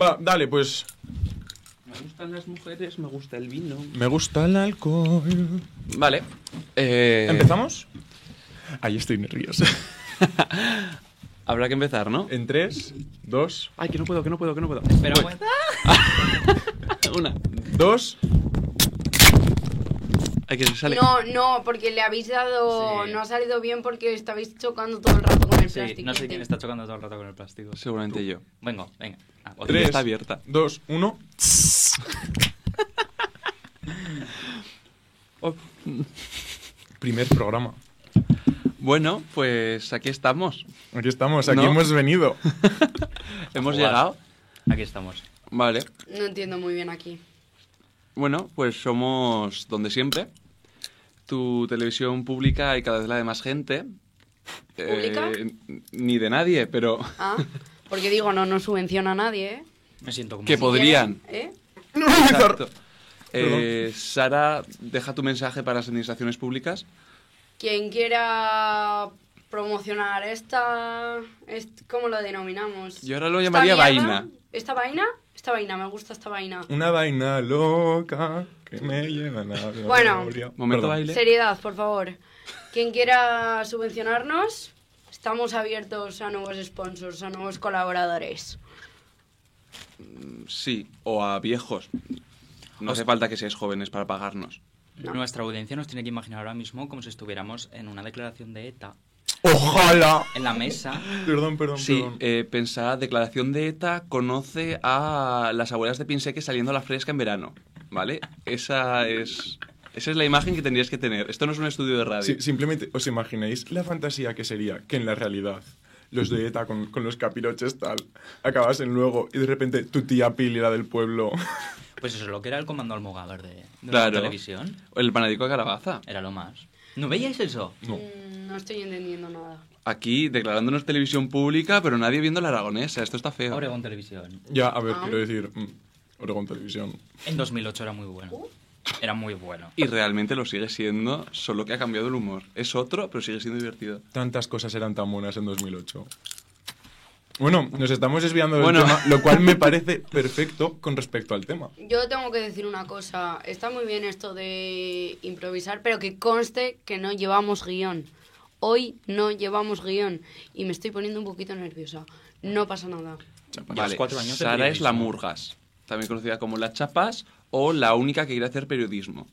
Va, dale, pues. Me gustan las mujeres, me gusta el vino. Me gusta el alcohol. Vale. eh, ¿Empezamos? Ahí estoy nervioso. Habrá que empezar, ¿no? En 3, 2, Ay, que no puedo, que no puedo, que no puedo. Espera, Bueno. bueno. una. 2. Hay que se sale. No, no, porque le habéis dado. Sí. No ha salido bien porque estabais chocando todo el rato con el Sí, plástico. no sé quién está chocando todo el rato con el plástico. Pues Seguramente yo. Vengo, venga. Ah, otra. Tres. está abierta. 2, 1. Oh, Primer programa. Bueno, pues aquí estamos. Aquí estamos, aquí No. hemos venido. Hemos jugar. llegado. Aquí estamos. Vale. No entiendo muy bien aquí. Bueno, pues somos donde siempre. Tu televisión pública y cada vez la de más gente. ¿Pública? n- ni de nadie, pero Ah, porque digo, no, no subvenciona a nadie, ¿eh? Me siento como. que si- podrían. ¿Eh? Exacto. Eh, Sara, deja tu mensaje para las administraciones públicas. Quien quiera promocionar esta. est- ¿Cómo lo denominamos? Yo ahora lo Esta llamaría mierda, vaina. Eh, ¿Esta vaina? Esta vaina, me gusta esta vaina. Una vaina loca que me lleva a la Bueno. gloria. Momento Perdón. baile. Seriedad, por favor. Quien quiera subvencionarnos, estamos abiertos a nuevos sponsors, a nuevos colaboradores. Sí, o a viejos. No hace falta que seáis jóvenes para pagarnos. Nuestra audiencia nos tiene que imaginar ahora mismo como si estuviéramos en una declaración de ETA, Ojalá. en la mesa. Perdón, perdón, Sí, perdón. eh, pensad, declaración de ETA conoce a las abuelas de Pinseque saliendo a la fresca en verano, ¿vale? Esa es, esa es la imagen que tendrías que tener. Esto no es un estudio de radio. Sí, simplemente os imagináis la fantasía que sería que en la realidad los de ETA con, con los capiroches tal acabasen luego y de repente tu tía Pili, la del pueblo, Pues eso es lo que era el comando almogador de, de la Claro. televisión. El panadico de calabaza. Era lo más. ¿No veíais eso? no, Mm, no estoy entendiendo nada. Aquí declarándonos televisión pública, pero nadie viendo la aragonesa. Esto está feo. Oregón Televisión. ya, a ver, Ah. quiero decir, mm, Oregón Televisión. En 2008 era muy bueno. Era muy bueno. Y realmente lo sigue siendo, solo que ha cambiado el humor. Es otro, pero sigue siendo divertido. Tantas cosas eran tan buenas en 2008. Bueno, nos estamos desviando del Bueno. tema, lo cual me parece perfecto con respecto al tema. Yo tengo que decir una cosa. Está muy bien esto de improvisar, pero que conste que no llevamos guión. Hoy no llevamos guión y me estoy poniendo un poquito nerviosa. No pasa nada. A los cuatro años de Sara es la periodismo. Murgas, también conocida como la Chapas o la única que quiere hacer periodismo.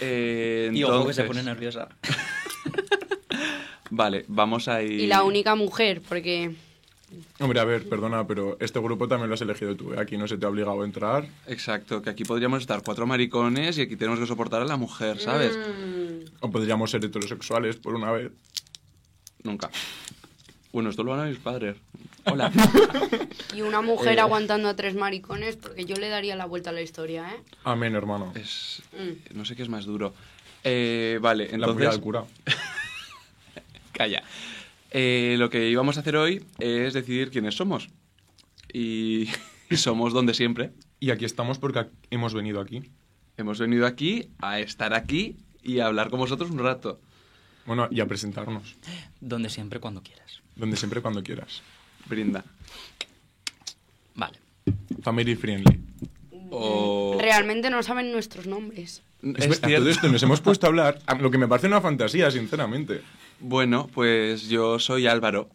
Eh, Y ojo que se entonces- pone nerviosa. Vale, vamos a ir. Y la única mujer, porque Hombre, a ver, perdona, pero este grupo también lo has elegido tú, ¿eh? aquí no se te ha obligado a entrar. Exacto, que aquí podríamos estar cuatro maricones y aquí tenemos que soportar a la mujer, ¿sabes? Mm, O podríamos ser heterosexuales por una vez. Mm. Nunca. Bueno, esto lo van a mis padres. Hola. y una mujer Eh. aguantando a tres maricones, porque yo le daría la vuelta a la historia, ¿eh? Amén, hermano. Es- Mm. No sé qué es más duro. Eh, vale, la polla entonces. del cura. Calla. Eh, lo que íbamos a hacer hoy es decidir quiénes somos. Y, y somos donde siempre. Y aquí estamos porque ac- hemos venido aquí. Hemos venido aquí a estar aquí y a hablar con vosotros un rato. Bueno, y a presentarnos. Donde siempre, cuando quieras. Donde siempre, cuando quieras. Brinda. Vale. Family friendly. O... Realmente no saben nuestros nombres. Es Es ver- a todo cierto. esto nos hemos puesto a hablar, a lo que me parece una fantasía, sinceramente. Bueno, pues yo soy Álvaro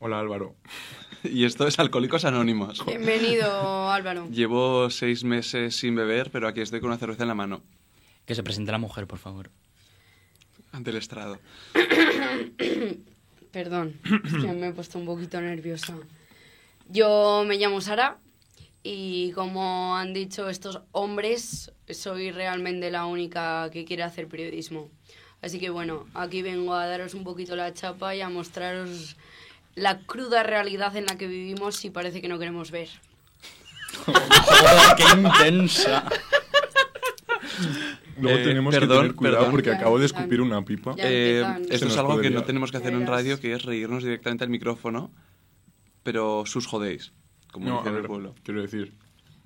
Hola Álvaro. y esto es Alcohólicos Anónimos. Bienvenido, Álvaro. Llevo seis meses sin beber, pero aquí estoy con una cerveza en la mano, Que se presente la mujer, por favor. ante el estrado. Perdón, es que me he puesto un poquito nerviosa. Yo me llamo Sara y como han dicho estos hombres, soy realmente la única que quiere hacer periodismo. Así que bueno, aquí vengo a daros un poquito la chapa y a mostraros la cruda realidad en la que vivimos y parece que no queremos ver. ¡Qué intensa! Luego Eh, tenemos que perdón, tener cuidado perdón. porque Ya acabo de están. escupir una pipa. Ya Eh, empiezan. esto Se es nos algo que podría. no tenemos que hacer Ya en verás. radio, que es reírnos directamente al micrófono, pero sus jodéis, como No, a dice el ver, pueblo. quiero decir,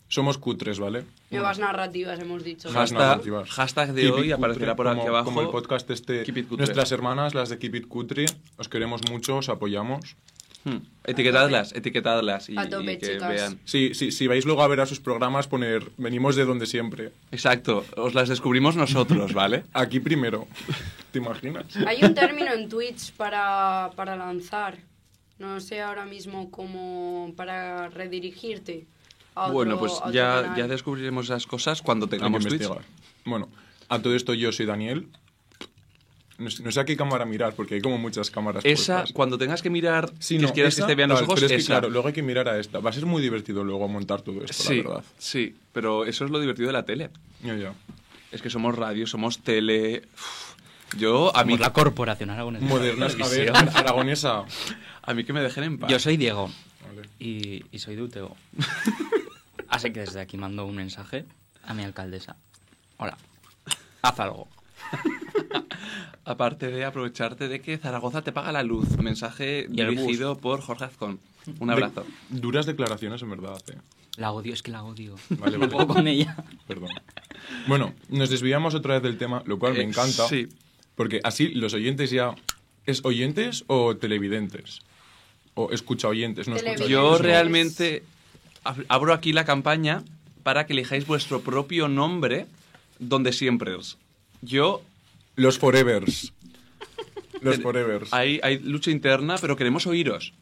somos cutres, ¿vale? Nuevas narrativas hemos dicho. Más Hashtag- narrativas. hashtag de Keep hoy it aparecerá por como- aquí abajo. Como el podcast este. Keep it cutre. Nuestras hermanas, las de Keep It Cutre, os queremos mucho, os apoyamos. Hmm. Etiquetadlas, etiquetadlas y, A tope, y que chicas. vean. Sí, sí, si vais luego a ver a sus programas, poner venimos de donde siempre. Exacto, os las descubrimos nosotros, ¿vale? Aquí primero. ¿Te imaginas? Hay un término en Twitch para, para lanzar. No sé ahora mismo cómo para redirigirte. a otro- bueno, pues a otro ya, canal. ya descubriremos esas cosas cuando Hay que tengamos Twitch. investigar. Bueno, a todo esto yo soy Daniel. No sé, no sé a qué cámara mirar, porque hay como muchas cámaras. Esa, puestas. cuando tengas que mirar, Sí, que no, quieras esa, que te vean los tal, ojos, pero es que, esa. claro, luego hay que mirar a esta. Va a ser muy divertido luego montar todo pues, esto, sí, la verdad. sí, pero eso es lo divertido de la tele. Ya, ya. Es que somos radio, somos tele. Uf, Yo, a mí, Somos la corporación aragonesa. Modernas, a ver, Televisión. aragonesa. a mí que me dejen en paz. Yo soy Diego Vale. y, y soy de UTO. Así que desde aquí mando un mensaje a mi alcaldesa. Hola, haz algo. Aparte de aprovecharte de que Zaragoza te paga la luz. Mensaje Y el bus. dirigido por Jorge Azcón. Un De- abrazo. duras declaraciones, en verdad. eh. La odio, es que la odio. Vale, no vale. puedo con ella. Perdón. Bueno, nos desviamos otra vez del tema, lo cual me Eh, encanta. sí. Porque así los oyentes ya. ¿Es oyentes o televidentes? O escucha oyentes, no escucha Televidentes. Yo oyentes, no. realmente ab- abro aquí la campaña para que elijáis vuestro propio nombre donde siempre os. Yo, Los Forevers. Los Forevers. hay, hay lucha interna, pero queremos oíros,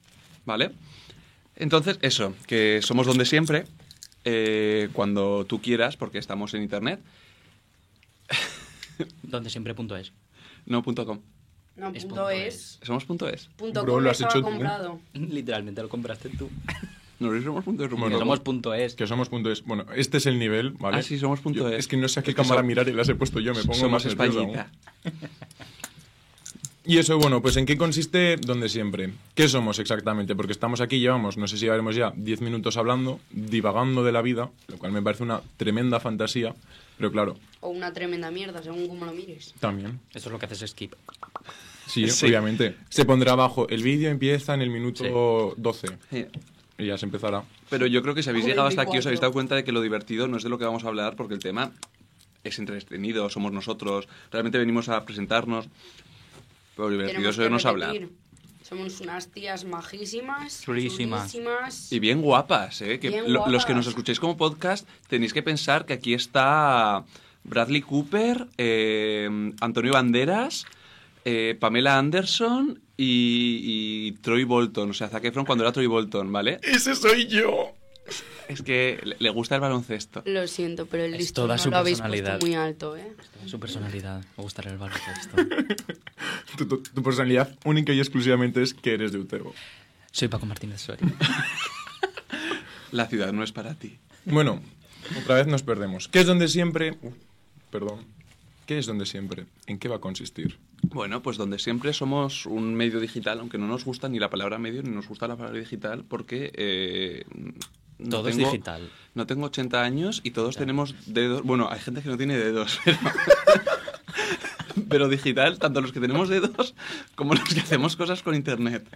¿vale? Entonces, eso, que somos donde siempre, eh, cuando tú quieras, porque estamos en internet, Donde siempre punto es. no punto .com. No, Es punto es. Somos punto .es. Punto Bro, com lo has estaba hecho tú. ¿eh? comprado. Literalmente lo compraste tú. No, no somos punto .es. somos Bueno, punto Somos com. punto es. Que somos punto es. Bueno, este es el nivel, ¿vale? Ah, sí, somos punto Yo- es. Es que no sé a qué Es que cámara som- mirar y las he puesto yo, me pongo somos más nervioso aún. Españita. Y eso, bueno, pues ¿en qué consiste donde siempre? ¿Qué somos exactamente? Porque estamos aquí, llevamos, no sé si llevaremos ya 10 minutos hablando, divagando de la vida, lo cual me parece una tremenda fantasía, pero claro, O una tremenda mierda, según como lo mires. también. Eso es lo que haces skip. Sí, Sí. obviamente. Se pondrá abajo, el vídeo empieza en el minuto 12 Sí. y ya se empezará. Pero yo creo que si habéis Como llegado hasta aquí os 24. habéis dado cuenta de que lo divertido no es de lo que vamos a hablar porque el tema es entretenido, somos nosotros, realmente venimos a presentarnos. Pero lo divertido Tenemos eso que es nos hablar. repetir. Somos unas tías majísimas. Chulísimas. chulísimas. Y bien guapas, ¿eh? Que Bien lo- Los que guapas. nos escuchéis como podcast tenéis que pensar que aquí está Bradley Cooper, eh, Antonio Banderas, eh, Pamela Anderson y, y Troy Bolton. O sea, Zac Efron cuando era Troy Bolton, ¿vale? ¡Ese soy yo! Es que le- le gusta el baloncesto. Lo siento, pero el Es listón toda no su lo habéis puesto personalidad. muy alto, ¿eh? Su personalidad. Me gustaría el baloncesto. Tu, tu- tu personalidad única y exclusivamente es que eres de Utebo. Soy Paco Martínez Soria. La ciudad no es para ti. Bueno, otra vez nos perdemos. ¿Qué es donde siempre? Uf, perdón. ¿Qué es donde siempre? ¿En qué va a consistir? Bueno, pues donde siempre somos un medio digital, aunque no nos gusta ni la palabra medio ni nos gusta la palabra digital, porque. eh, no Todo es tengo- digital. No tengo 80 años y todos tenemos dedos. Bueno, hay gente que no tiene dedos, pero. pero digital, tanto los que tenemos dedos como los que hacemos cosas con internet.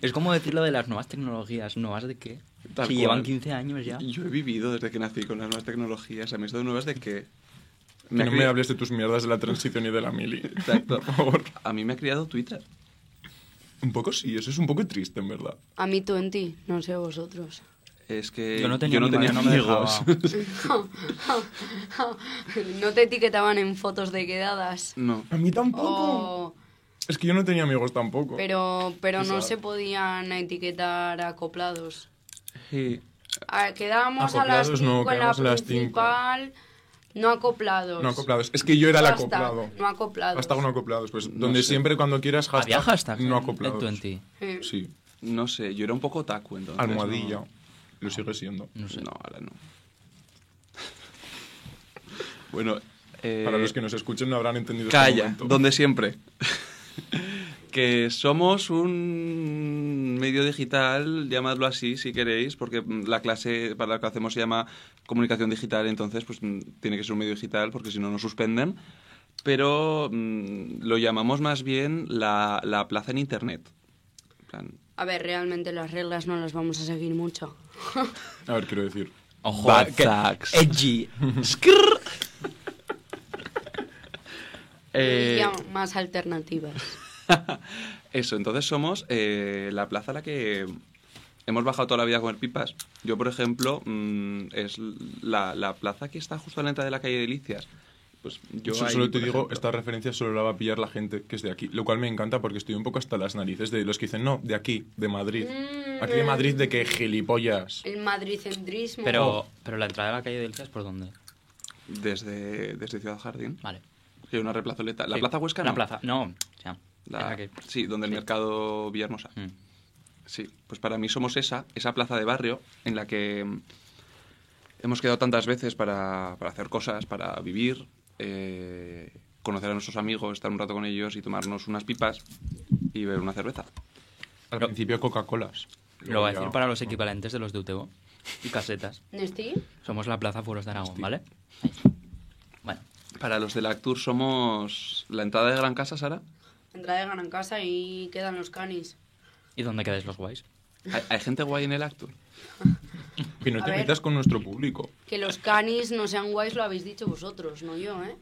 Es como decir lo de las nuevas tecnologías. ¿Nuevas de qué? Tal si cual. llevan 15 años ya. Yo he vivido desde que nací con las nuevas tecnologías. A mí esto de nuevas de que. Que ha no cri- me hables de tus mierdas de la transición y de la mili. Exacto. Por favor. A mí me ha criado Twitter. Un poco sí, eso es un poco triste, en verdad. A mí 20, no sé vosotros. Es que Yo no tenía, ni madre, no me amigos. dejaba. no te etiquetaban en fotos de quedadas. no. A mí tampoco. O- Es que yo no tenía amigos tampoco. Oh. pero pero no Quizá. se podían etiquetar acoplados. Sí. Ah, quedábamos a las Acoplados 5 no, en la quedábamos a las cinco. principal. No acoplados. No acoplados. Es que yo era el Hashtag, acoplado. No acoplados. Hashtag no acoplados. Pues No donde sé. siempre cuando quieras hashtag. Había hashtags. No en- acoplados. En 20. Sí. Sí. No sé, yo era un poco taco entonces. Almohadilla. No, Lo sigue siendo. No sé. No, ahora no. bueno, eh, Para los que nos escuchen no habrán entendido este Calla, momento. donde siempre. que somos un medio digital, llamadlo así si queréis, porque mm, la clase para la que hacemos se llama comunicación digital, entonces pues mm, tiene que ser un medio digital porque si no nos suspenden. Pero mm, lo llamamos más bien la, la plaza en internet. En plan, A ver, realmente las reglas no las vamos a seguir mucho. A ver, quiero decir. Ojo. Bad que- Zags. Edgy. Skrrr. Eh, Eh, Diría más alternativas. Eso, entonces somos eh, la plaza a la que hemos bajado toda la vida a comer pipas. Yo, por ejemplo, mm, es la, la plaza que está justo a la entrada de la calle Delicias. Pues yo Eso ahí, solo te por digo, ejemplo, esta referencia solo la va a pillar la gente que es de aquí, lo cual me encanta porque estoy un poco hasta las narices de los que dicen, no, de aquí, de Madrid. Mm. Aquí de Madrid, de que Eh. gilipollas. El madricentrismo. Pero, pero la entrada de la calle del Cías, ¿por dónde? Desde, desde Ciudad Jardín. Vale. Que hay una replazoleta. La Sí. plaza Huesca, La no. plaza, no. O sea, La- es la que- Sí, donde el mercado Villahermosa. Mm. Sí, pues para mí somos esa, esa plaza de barrio en la que mm, hemos quedado tantas veces para, para hacer cosas, para vivir, eh, conocer a nuestros amigos, estar un rato con ellos y tomarnos unas pipas y beber una cerveza. Al principio Coca-Colas. Lo voy a decir Ya- para los equivalentes de los de UTV y casetas. ¿Nesti? Somos la plaza Fueros de Aragón, ¿vale? Bueno, Para los del Actur somos la entrada de Gran Casa, Sara. Entrada de Gran Casa y quedan los canis. ¿y dónde quedáis los guays? Hay, hay gente guay en el Actur. Que no A te ver. metas con nuestro público. Que los canis no sean guays lo habéis dicho vosotros, no yo, ¿eh?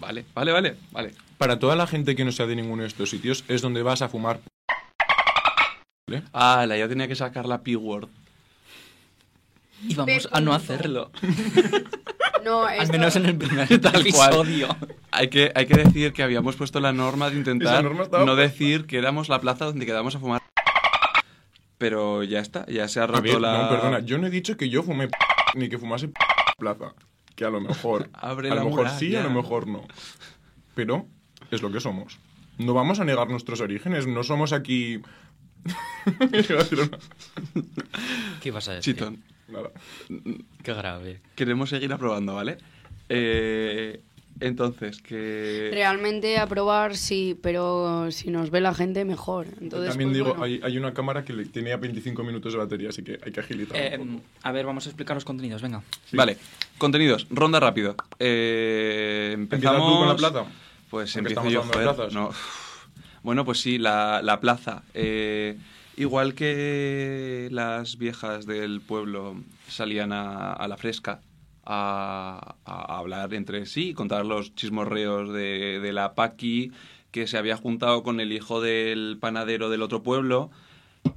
Vale, vale, vale, vale. Para toda la gente que no sea de ninguno de estos sitios, es donde vas a fumar. ¿Vale? Ah, la ya tenía que sacar la P-Word. Y vamos a no hacerlo. No, Al esto- menos en el primer Tal cual. episodio. Hay que, hay que decir que habíamos puesto la norma de Esa intentar norma estaba no puesta. decir que éramos la plaza donde quedamos a fumar. Pero ya está, ya se ha roto A ver, la. no, perdona, yo no he dicho que yo fumé ni que fumase plaza. Que a lo mejor. Abre a la lo mejor sí, a muralla. lo mejor no. Pero es lo que somos. No vamos a negar nuestros orígenes, no somos aquí. Iba a decir una- ¿Qué vas a decir? Chitón, Nada. Qué grave. queremos seguir aprobando, ¿vale? Eh, entonces, que. Realmente aprobar sí, pero si nos ve la gente mejor. Entonces, También pues, digo, bueno. hay, hay una cámara que le- tenía 25 minutos de batería, así que hay que agilitar. un Eh, poco. Eh, a ver, vamos a explicar los contenidos, venga. Sí. Vale, contenidos, ronda rápido. Eh, Empieza empezamos. tú con la plaza. Pues Porque empiezo estamos yo, hablando de joder, plazas. no. Bueno, pues sí, la, la plaza. Eh, igual que las viejas del pueblo salían a, a la fresca a, a hablar entre sí, contar los chismorreos de, de la Paqui, que se había juntado con el hijo del panadero del otro pueblo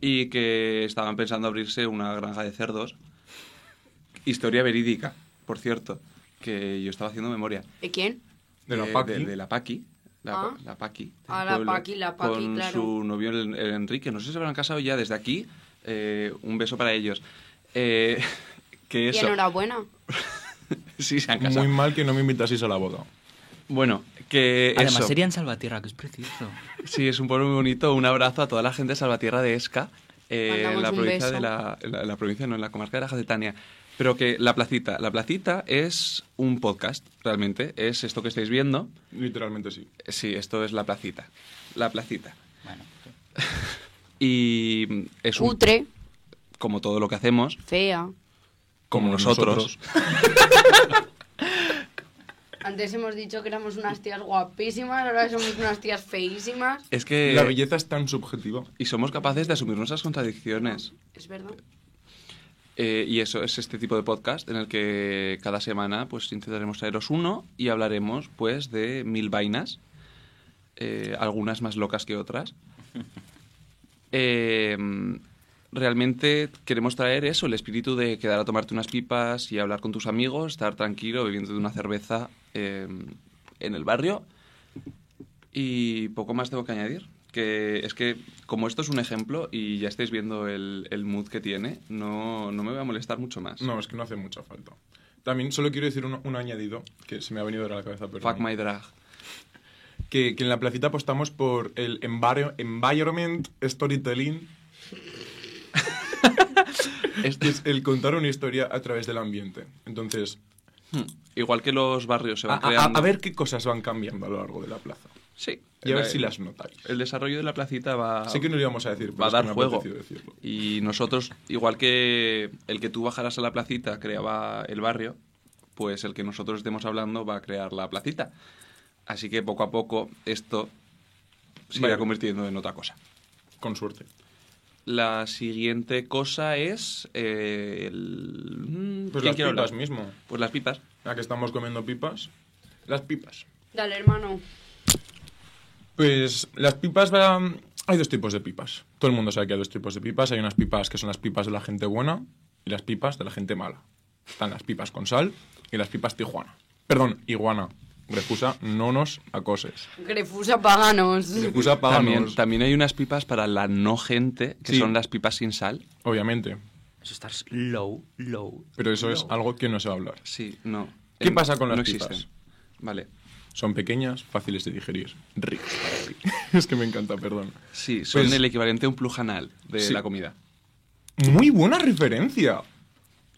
y que estaban pensando abrirse una granja de cerdos. Historia verídica, por cierto, que yo estaba haciendo memoria ¿Eh, quién? De la eh, Paqui. De, de la Paqui. La, Ah. la Paqui. del Ah, la Paqui, la Paqui, Con claro. su novio el, el Enrique. No sé si se habrán casado ya desde aquí. eh, un beso para ellos. Eh, que Y eso. enhorabuena. Sí, se han casado. Muy mal que no me invitaseis a la boda. Bueno, que Además, Eh, eso. sería en Salvatierra, que es precioso. Sí, es un pueblo muy bonito. Un abrazo a toda la gente de Salvatierra de Esca, eh, Mandamos en la un provincia beso. de la, en la- en la provincia, no, en la comarca de la Jacetania. Pero que la placita, la placita es un podcast, realmente. Es esto que estáis viendo. Literalmente sí. Sí, esto es la placita. La placita. Bueno, Y mm, es un- Cutre, como todo lo que hacemos, fea. como nosotros. Antes hemos dicho que éramos unas tías guapísimas, ahora somos unas tías feísimas. Es que... La belleza es tan subjetiva. Y somos capaces de asumir nuestras contradicciones. Es verdad. Eh, y eso es este tipo de podcast en el que cada semana pues intentaremos traeros uno y hablaremos pues de mil vainas, eh, algunas más locas que otras. Eh, realmente queremos traer eso, el espíritu de quedar a tomarte unas pipas y hablar con tus amigos, estar tranquilo bebiendo una cerveza eh, en el barrio. Y poco más tengo que añadir. Que es que, como esto es un ejemplo y ya estáis viendo el, el mood que tiene, no, no me va a molestar mucho más. No, es que no hace mucha falta. También solo quiero decir un, un añadido que se me ha venido ahora a la cabeza. Pero Fuck my drag. que, que en la placita apostamos por el envario- environment storytelling, Este que es- es el contar una historia a través del ambiente. Entonces, Hmm. Igual que los barrios se a, van a- creando. a ver qué cosas van cambiando a lo largo de la plaza. Sí. Y a ver El- si las notáis. El desarrollo de la placita va. Sé que no lo íbamos a decir, pero va a es que dar me ha juego. apetecido decirlo. Y nosotros, igual que el que tú bajaras a la placita creaba el barrio, pues el que nosotros estemos hablando va a crear la placita. Así que poco a poco esto se irá Vale. convirtiendo en otra cosa. Con suerte. La siguiente cosa es. eh, el- mm, Pues ¿quién las quiere hablar? pipas mismo. Pues las pipas. Ya que estamos comiendo pipas. Las pipas. Dale, hermano. Pues las pipas van- Hay dos tipos de pipas. Todo el mundo sabe que hay dos tipos de pipas. Hay unas pipas que son las pipas de la gente buena y las pipas de la gente mala. Están las pipas con sal y las pipas tijuana. Perdón, iguana. Refusa, no nos acoses. Grefusa paganos. Refusa, También, páganos. también hay unas pipas para la no gente, que Sí. son las pipas sin sal. Obviamente. Eso está low, low. Pero eso es low. algo que no se va a hablar. Sí, no. ¿Qué Eh, pasa con las no pipas? Existen. Vale. Son pequeñas, fáciles de digerir, ricas para ti. es que me encanta, perdón. Sí, son Pues- el equivalente a un plujanal de Sí. la comida. Muy buena referencia.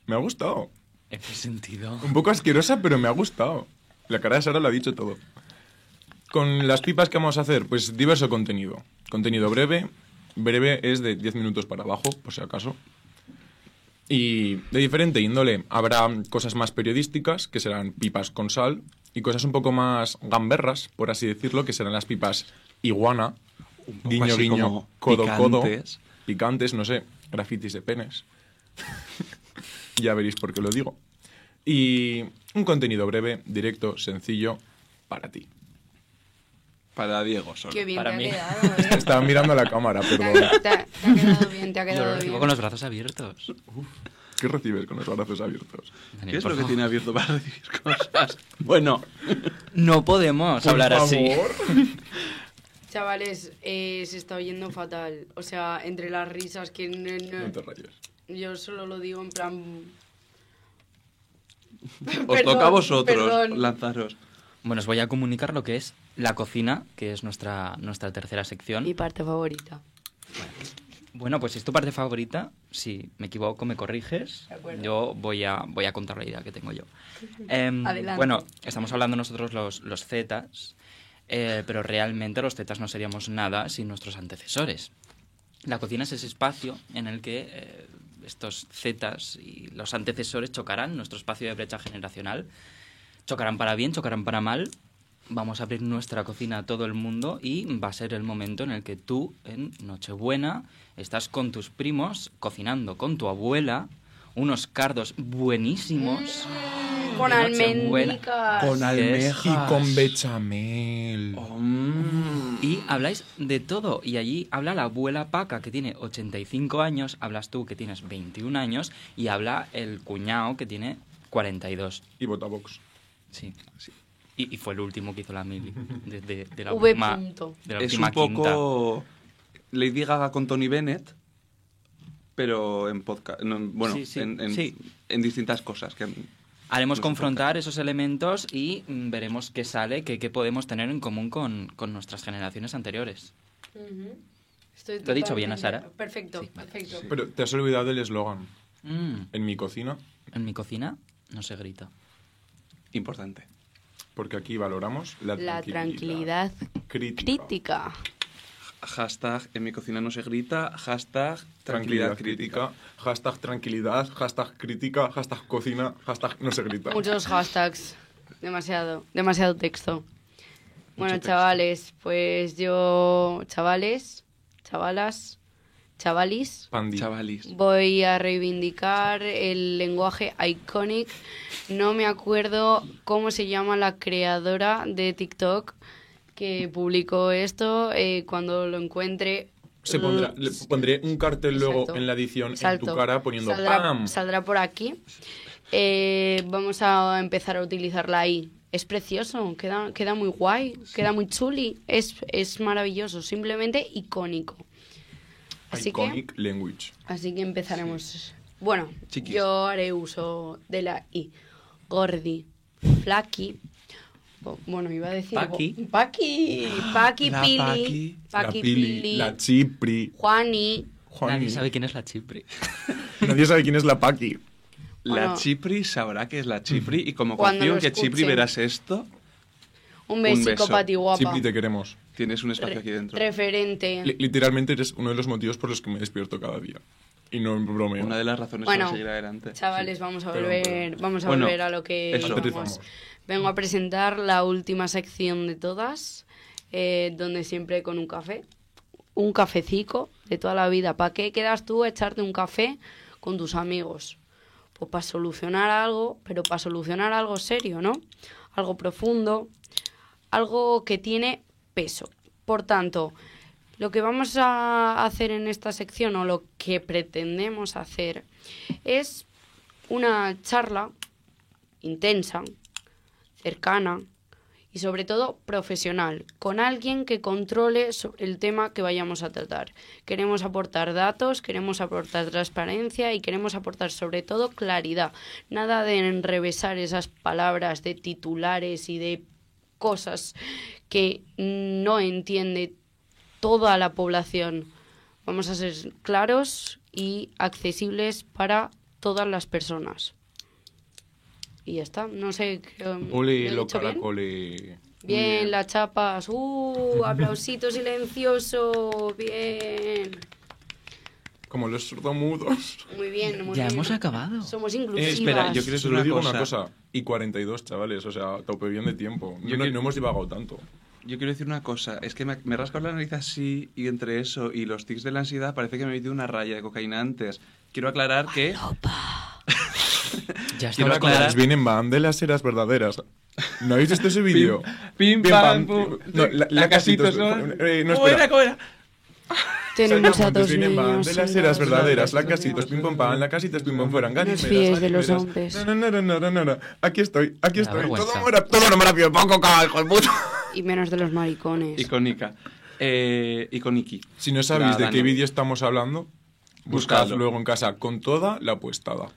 Me ha gustado. ¿En qué sentido? Un poco asquerosa, pero me ha gustado. La cara de Sara lo ha dicho todo. Con las pipas que vamos a hacer, pues diverso contenido. Contenido breve. Breve es de 10 minutos para abajo, por si acaso. Y de diferente índole. Habrá cosas más periodísticas, que serán pipas con sal, y cosas un poco más gamberras, por así decirlo, que serán las pipas iguana, poco guiño, así guiño, como codo, codo, picantes. picantes, no sé, grafitis de penes. ya veréis por qué lo digo. Y un contenido breve, directo, sencillo, para ti. Para Diego solo. Qué bien Para te mí. ha quedado, ¿eh? Estaba mirando a la cámara, Te perdón. ha, te ha- te ha quedado bien, te ha Yo lo quedado recibo bien. con los brazos abiertos. ¿Qué recibes con los brazos abiertos? Dani, ¿Qué es por lo que favor. tiene abierto para recibir cosas? Bueno, No podemos hablar así. Chavales, eh, se está oyendo fatal. O sea, entre las risas que... n- n- No te rayes. Yo solo lo digo en plan... os Perdón, toca a vosotros perdón. lanzaros. Bueno, os voy a comunicar lo que es la cocina, que es nuestra, nuestra tercera sección. Mi parte favorita. Bueno, pues si es tu parte favorita, si me equivoco, me corriges. De acuerdo. Yo voy a, voy a contar la idea que tengo yo. Em, Adelante. Bueno, estamos hablando nosotros los, los zetas, eh, pero realmente los zetas no seríamos nada sin nuestros antecesores. La cocina es ese espacio en el que eh, estos zetas y los antecesores chocarán, nuestro espacio de brecha generacional. Chocarán para bien, chocarán para mal. Vamos a abrir nuestra cocina a todo el mundo y va a ser el momento en el que tú, en Nochebuena, estás con tus primos cocinando con tu abuela unos cardos buenísimos. Con de Nochebuena. almendricas. Con almejas. Y con bechamel. Oh, mm. Y habláis de todo. Y allí habla la abuela Paca, que tiene 85 años, hablas tú, que tienes 21 años, y habla el cuñado, que tiene 42. Y botabox. Sí. Y, y fue el último que hizo la mili. De, de- de la V última, punto. de la es última un poco Lady Gaga con Tony Bennett, pero en podcast. no, en- bueno, Sí, sí, en, en- sí. en distintas cosas. Que, quinta. Haremos Nos confrontar esos elementos y mm, veremos qué sale, qué, qué podemos tener en común con, con nuestas generaciones anteriores. Ujú. Estoy Lo he dicho bien, ¿a totalmente- Sara? Perfecto, Sí, vale. perfecto. Pero te has olvidado del eslogan. Mm, En mi cocina, En mi cocina no se grita. importante. porque aquí valoramos la, La tranquilidad crítica. crítica. Hashtag en mi cocina no se grita. Hashtag Tranquilidad crítica, hashtag tranquilidad, hashtag crítica, hashtag cocina, hashtag no se grita. Muchos hashtags. Demasiado, demasiado texto. Bueno, texto. chavales, pues yo, chavales, chavalas, chavalis, Pandi. Chavalis. voy a reivindicar el lenguaje iconic. No me acuerdo cómo se llama la creadora de TikTok que publicó esto. eh, cuando lo encuentre, Se pondrá, le pondré un cartel luego Exacto. en la edición en Salto. tu cara poniendo saldrá, ¡pam! saldrá por aquí. Eh, vamos a empezar a utilizarla ahí. Es precioso, queda, queda muy guay, queda muy chuli, es, es maravilloso, simplemente icónico. Así que, Iconic language. así que empezaremos. Bueno, Chiquis. yo haré uso de la I. Gordi, Flaki. o- Bueno, iba a decir. Paqui. Paqui. Paqui La Pili. Paqui. La Paqui Pili, Pili. la Chipri. Juani. Juani. Nadie sabe quién es la Chipri. Nadie sabe quién es la Paqui. La Bueno. Chipri sabrá que es la Chipri. Y como Cuando confío en lo que Chipri escuchen. verás esto, Un Un besico beso. para ti, guapa. Chipri, te queremos. tienes un Re- espacio aquí dentro. referente. Li- literalmente eres uno de los motivos por los que me despierto cada día. Y no bromeo. Una de las razones Bueno, para seguir adelante. Chavales, vamos a Perdón, volver, perdón. vamos a Bueno, volver a lo que eso. Aterrizamos. vamos. Vengo a presentar la última sección de todas, eh, donde siempre con un café, un cafecico de toda la vida. ¿Para qué quedas tú a echarte un café con tus amigos? Pues para solucionar algo, pero para solucionar algo serio, ¿no? Algo profundo, algo que tiene peso. Por tanto, Lo que vamos a hacer en esta sección o lo que pretendemos hacer es una charla intensa, cercana y sobre todo profesional, con alguien que controle sobre el tema que vayamos a tratar. Queremos aportar datos, queremos aportar transparencia y queremos aportar sobre todo claridad. Nada de enrevesar esas palabras de titulares y de cosas que no entiende toda la población. Vamos a ser claros y accesibles para todas las personas. Y ya está, no sé. um, ¿lo Ole, he lo dicho bien? caracole. Bien, las chapas. ¡Uh! Aplausito silencioso. Bien. Como los sordomudos. Muy bien, muy Ya bien. hemos acabado. Somos Eh, inclusivas. espera, yo quiero Yo decir solo una digo una cosa. cosa. Y 42, chavales, o sea, tope bien de tiempo. Yo no, que- no hemos divagado tanto. Yo quiero decir una cosa, es que me, me rasco la nariz así y entre eso y los tics de la ansiedad parece que me he metido una raya de cocaína antes. Quiero aclarar que... Ya Quiero está. Ahora aclarar- cosas vienen van de las eras verdaderas. ¿No habéis visto ese vídeo? Pim, Pim, pam, pam, pum. pum. No, la- la casito, son- eh, no, ¿Cómo era? espera. ¿Cómo era? Tenemos a Salgan dos juntos, vienen van niños. de las sin eras dos verdaderas, la brazos, casitas, tenemos- pim pam pam, la casitas, pim pam fueran ganimeras. fíes de los ganimeras. hombres. No, no, no, no, no, no, no. Aquí estoy, aquí La estoy. vergüenza. Todo mora, todo no mora, pim, pam, coca, hijo de puta. Y menos de los maricones. Icónica. Eh, icóniqui. Si no sabéis Nada, de qué no. vídeo estamos hablando, buscad Buscadlo. luego en casa con toda la puestada.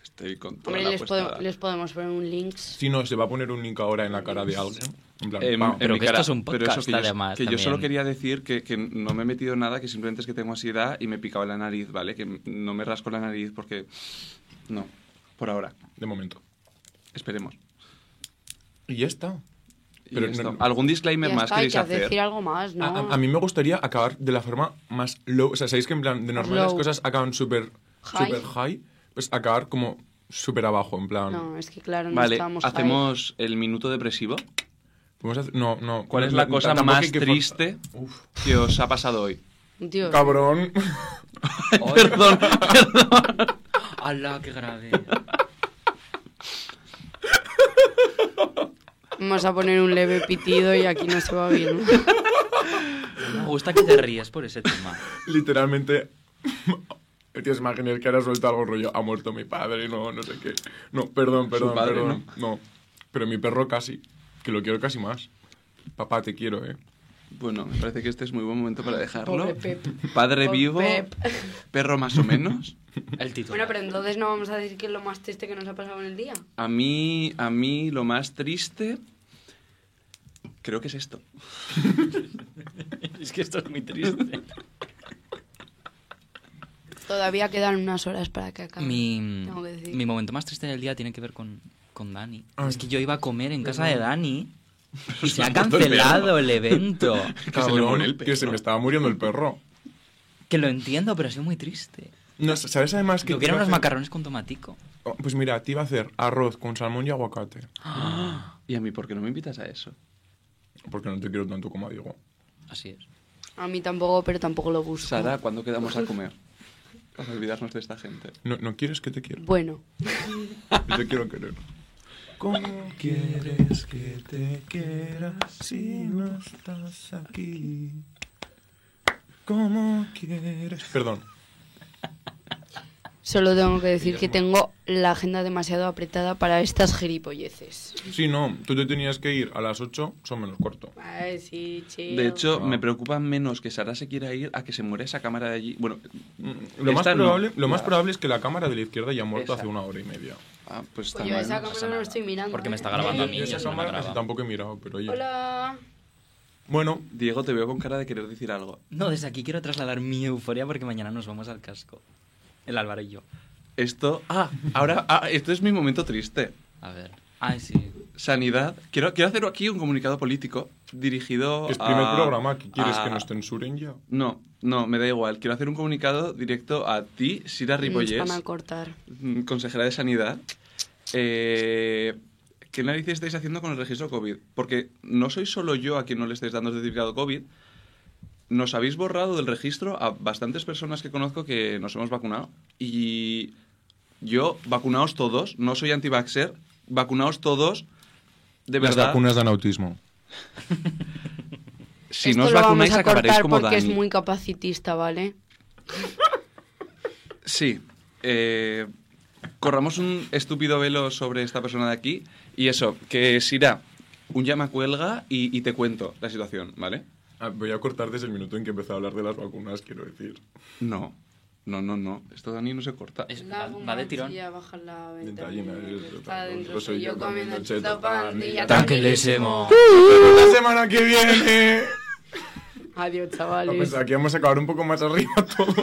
Estoy con toda Hombre, la les, puestada. podemos- les podemos poner un link. Si no, se va a poner un link ahora en la cara de alguien. En plan, Em, pam. en Pero mi que esto es un pero eso podcast, que yo- además, Que yo solo también. quería decir que, que no me he metido nada, que simplemente es que tengo ansiedad y me picaba la nariz, ¿vale? Que no me rasco la nariz porque... No, por ahora. de momento. Esperemos. em. Y ya está. Y Pero esto. no- ¿Algún Ya disclaimer más está, hay queréis que hacer? decir algo más, ¿no? A, a- a mí me gustaría acabar de la forma más low. O sea, sabéis que en plan, de normal las Low. cosas acaban súper High. super high. Pues acabar como súper abajo, en plan. No, es que claro, no Vale, estamos hacemos el minuto depresivo. Podemos hacer- no, no. ¿Cuál no, es la no, cosa tampoco más hay que for- triste Uf, que os ha pasado hoy? high. Dios. cabrón. Perdón, ¡Hala, qué grave! Vamos a poner un leve pitido y aquí no se va a oír. ¿no? Me gusta que te ríes por ese tema. Literalmente. Tienes imaginar que ahora suelta algo rollo. Ha muerto mi padre, no, no sé qué. No, perdón, perdón, padre, perdón. ¿no? Pero mi perro casi. Que lo quiero casi más. Papá, te quiero, eh. Bueno, me parece que este es muy buen momento para dejarlo. Pobre Pep. Padre Pobre vivo, Pep. perro más o menos. El título. Bueno, pero entonces no vamos a decir que es lo más triste que nos ha pasado en el día. A mí, a mí lo más triste creo que es esto. Es que esto es muy triste. Todavía quedan unas horas para que acabe. Mi, Tengo que decir. mi momento más triste del día tiene que ver con, con Dani. Ay. Es que yo iba a comer en casa de Dani y se me ha ha puesto el cancelado verbo. el evento. Que se le muere el que se perro. me estaba muriendo el perro. Que lo entiendo, pero ha sido muy triste. No, ¿Sabes además que.? Yo quiero iba a unos hacer- macarrones con tomatico. Oh, Pues mira, te iba a hacer arroz con salmón y aguacate. ¿Y a mí por qué no me invitas a eso? Porque no te quiero tanto como digo. Así es. A mí tampoco, pero tampoco lo busco. Sara, ¿cuándo quedamos a comer? Para olvidarnos de esta gente. No, no quieres que te quiero. Bueno, Yo te quiero querer. ¿Cómo quieres que te quiera si no estás aquí? ¿Cómo quieres? Perdón. solo tengo que decir que tengo la agenda demasiado apretada para estas gilipolleces. Sí, no, tú te tenías que ir a las 8, son menos cuarto. Ay, sí, chill. De hecho, Wow. me preocupa menos que Sara se quiera ir a que se muera esa cámara de allí. Bueno, Lo, más esta no. probable, lo más Ya. probable es que la cámara de la izquierda ya ha muerto Esa. hace una hora y media. Ah, pues está Pues yo a mal, esa ¿no? pasa cámara no nada, estoy mirando. porque me está ¿eh? grabando a mí. Yo esa no me cámara graba. tampoco he mirado, pero oye. Hola. Bueno, Diego, te veo con cara de querer decir algo. No, desde aquí quiero trasladar mi euforia porque mañana nos vamos al casco. El Álvaro y yo. Esto. Ah, ahora. Ah, esto es mi momento triste. A ver. Ay, sí. Sanidad. Quiero, quiero hacer aquí un comunicado político dirigido es a. primer programa, ¿qué quieres a- que nos censuren ya? No, no, me da igual. Quiero hacer un comunicado directo a ti, Sira Nos van Ripollés, a cortar. mm, consejera de Sanidad. Eh, ¿Qué narices estáis haciendo con el registro COVID? Porque no soy solo yo a quien no le estáis dando certificado COVID. Nos habéis borrado del registro a bastantes personas que conozco que nos hemos vacunado. Y yo, vacunaos todos, no soy antivaxer, vacunaos todos, de Las verdad. vacunas dan autismo. Si Esto no os lo vamos vacunáis, a acabaréis cortar como porque Dani. es muy capacitista, ¿vale? Sí. eh, corramos un estúpido velo sobre esta persona de aquí. Y eso, que Sira, un llama cuelga y, y te cuento la situación, ¿vale? Ah, voy a cortar desde el minuto en que empecé a hablar de las vacunas, quiero decir. No. No, no, no. Esto Dani no se corta. Es- va, va de tirón. baja la Ventallina, es que eso, está tampoco. dentro, Yo soy yo comiendo el pan, pan, y y ya tan Tanquelésimo. ¡La semana que viene! Adiós, No, chavales. pensaba que íbamos a acabar un poco más arriba todos.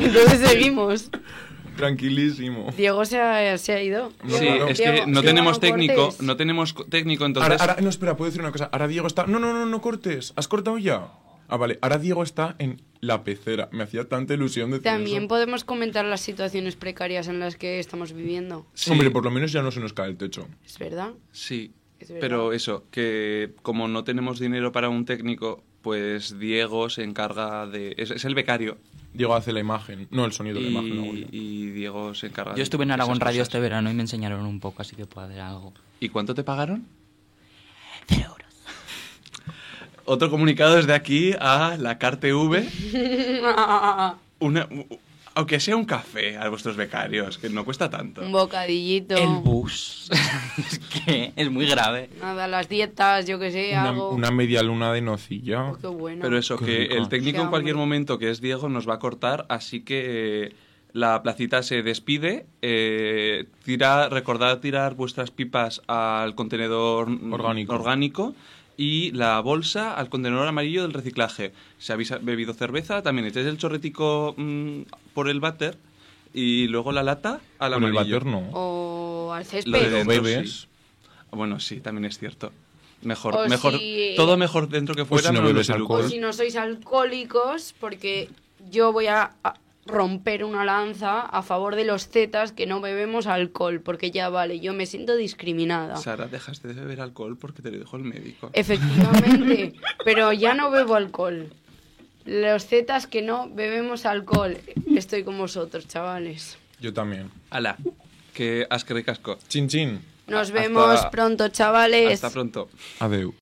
Entonces seguimos. Tranquilísimo. Diego se ha, se ha ido. No, sí, claro. es Diego, que no Diego, tenemos cortes. técnico, no tenemos co- técnico, Ahora, entonces... ahora- no, espera, puedo decir una cosa. Ahora Diego está. No, no, no, no cortes. ¿Has cortado ya? Ah, vale. Ahora Diego está en la pecera. Me hacía tanta ilusión decir También eso. podemos comentar las situaciones precarias en las que estamos viviendo. Sí. Hombre, por lo menos ya no se nos cae el techo. ¿Es verdad? Sí, Es verdad. pero eso, que como no tenemos dinero para un técnico, pues Diego se encarga de... Es, es el becario. Diego hace la imagen. No, el sonido de la imagen. hago Y, yo. y Diego se encarga Yo estuve en de esas Aragón Radio cosas. este verano y me enseñaron un poco, así que puedo hacer algo. ¿Y cuánto te pagaron? Cero euros. Otro comunicado desde aquí a la CARTV. Una, u- aunque sea un café a vuestros becarios, que no cuesta tanto. Un bocadillito. El bus. es que es muy grave. Nada, las dietas, yo que sé, Una, algo. una media luna de nocilla. Oh, qué bueno. Pero eso, Qué que rico. el técnico Qué en cualquier hambre. momento, que es Diego, nos va a cortar, así que eh, la placita se despide. Eh, tira, recordad tirar vuestras pipas al contenedor mm, Orgánico. orgánico y la bolsa al contenedor amarillo del reciclaje. Si habéis bebido cerveza, también echáis el chorretico mm, por el váter y luego la lata al Con el amarillo. bater no. O al césped. Lo de Lo dentro, bebes. sí. Bueno, sí, también es cierto. Mejor, O mejor, si- todo mejor dentro que fuera, si no menos bebes el alcohol. O lucro. si no sois alcohólicos, porque yo voy a a romper una lanza a favor de los zetas que no bebemos alcohol, porque ya vale, yo me siento discriminada. Sara, dejaste de beber alcohol porque te lo dijo el médico. Eh, Efectivamente, pero ya no bebo alcohol. Los zetas que no bebemos alcohol, estoy con vosotros, chavales. Yo también. Ala, que asque de casco. Chin, chin. Nos Hasta- vemos pronto, chavales. Hasta pronto. Adeu.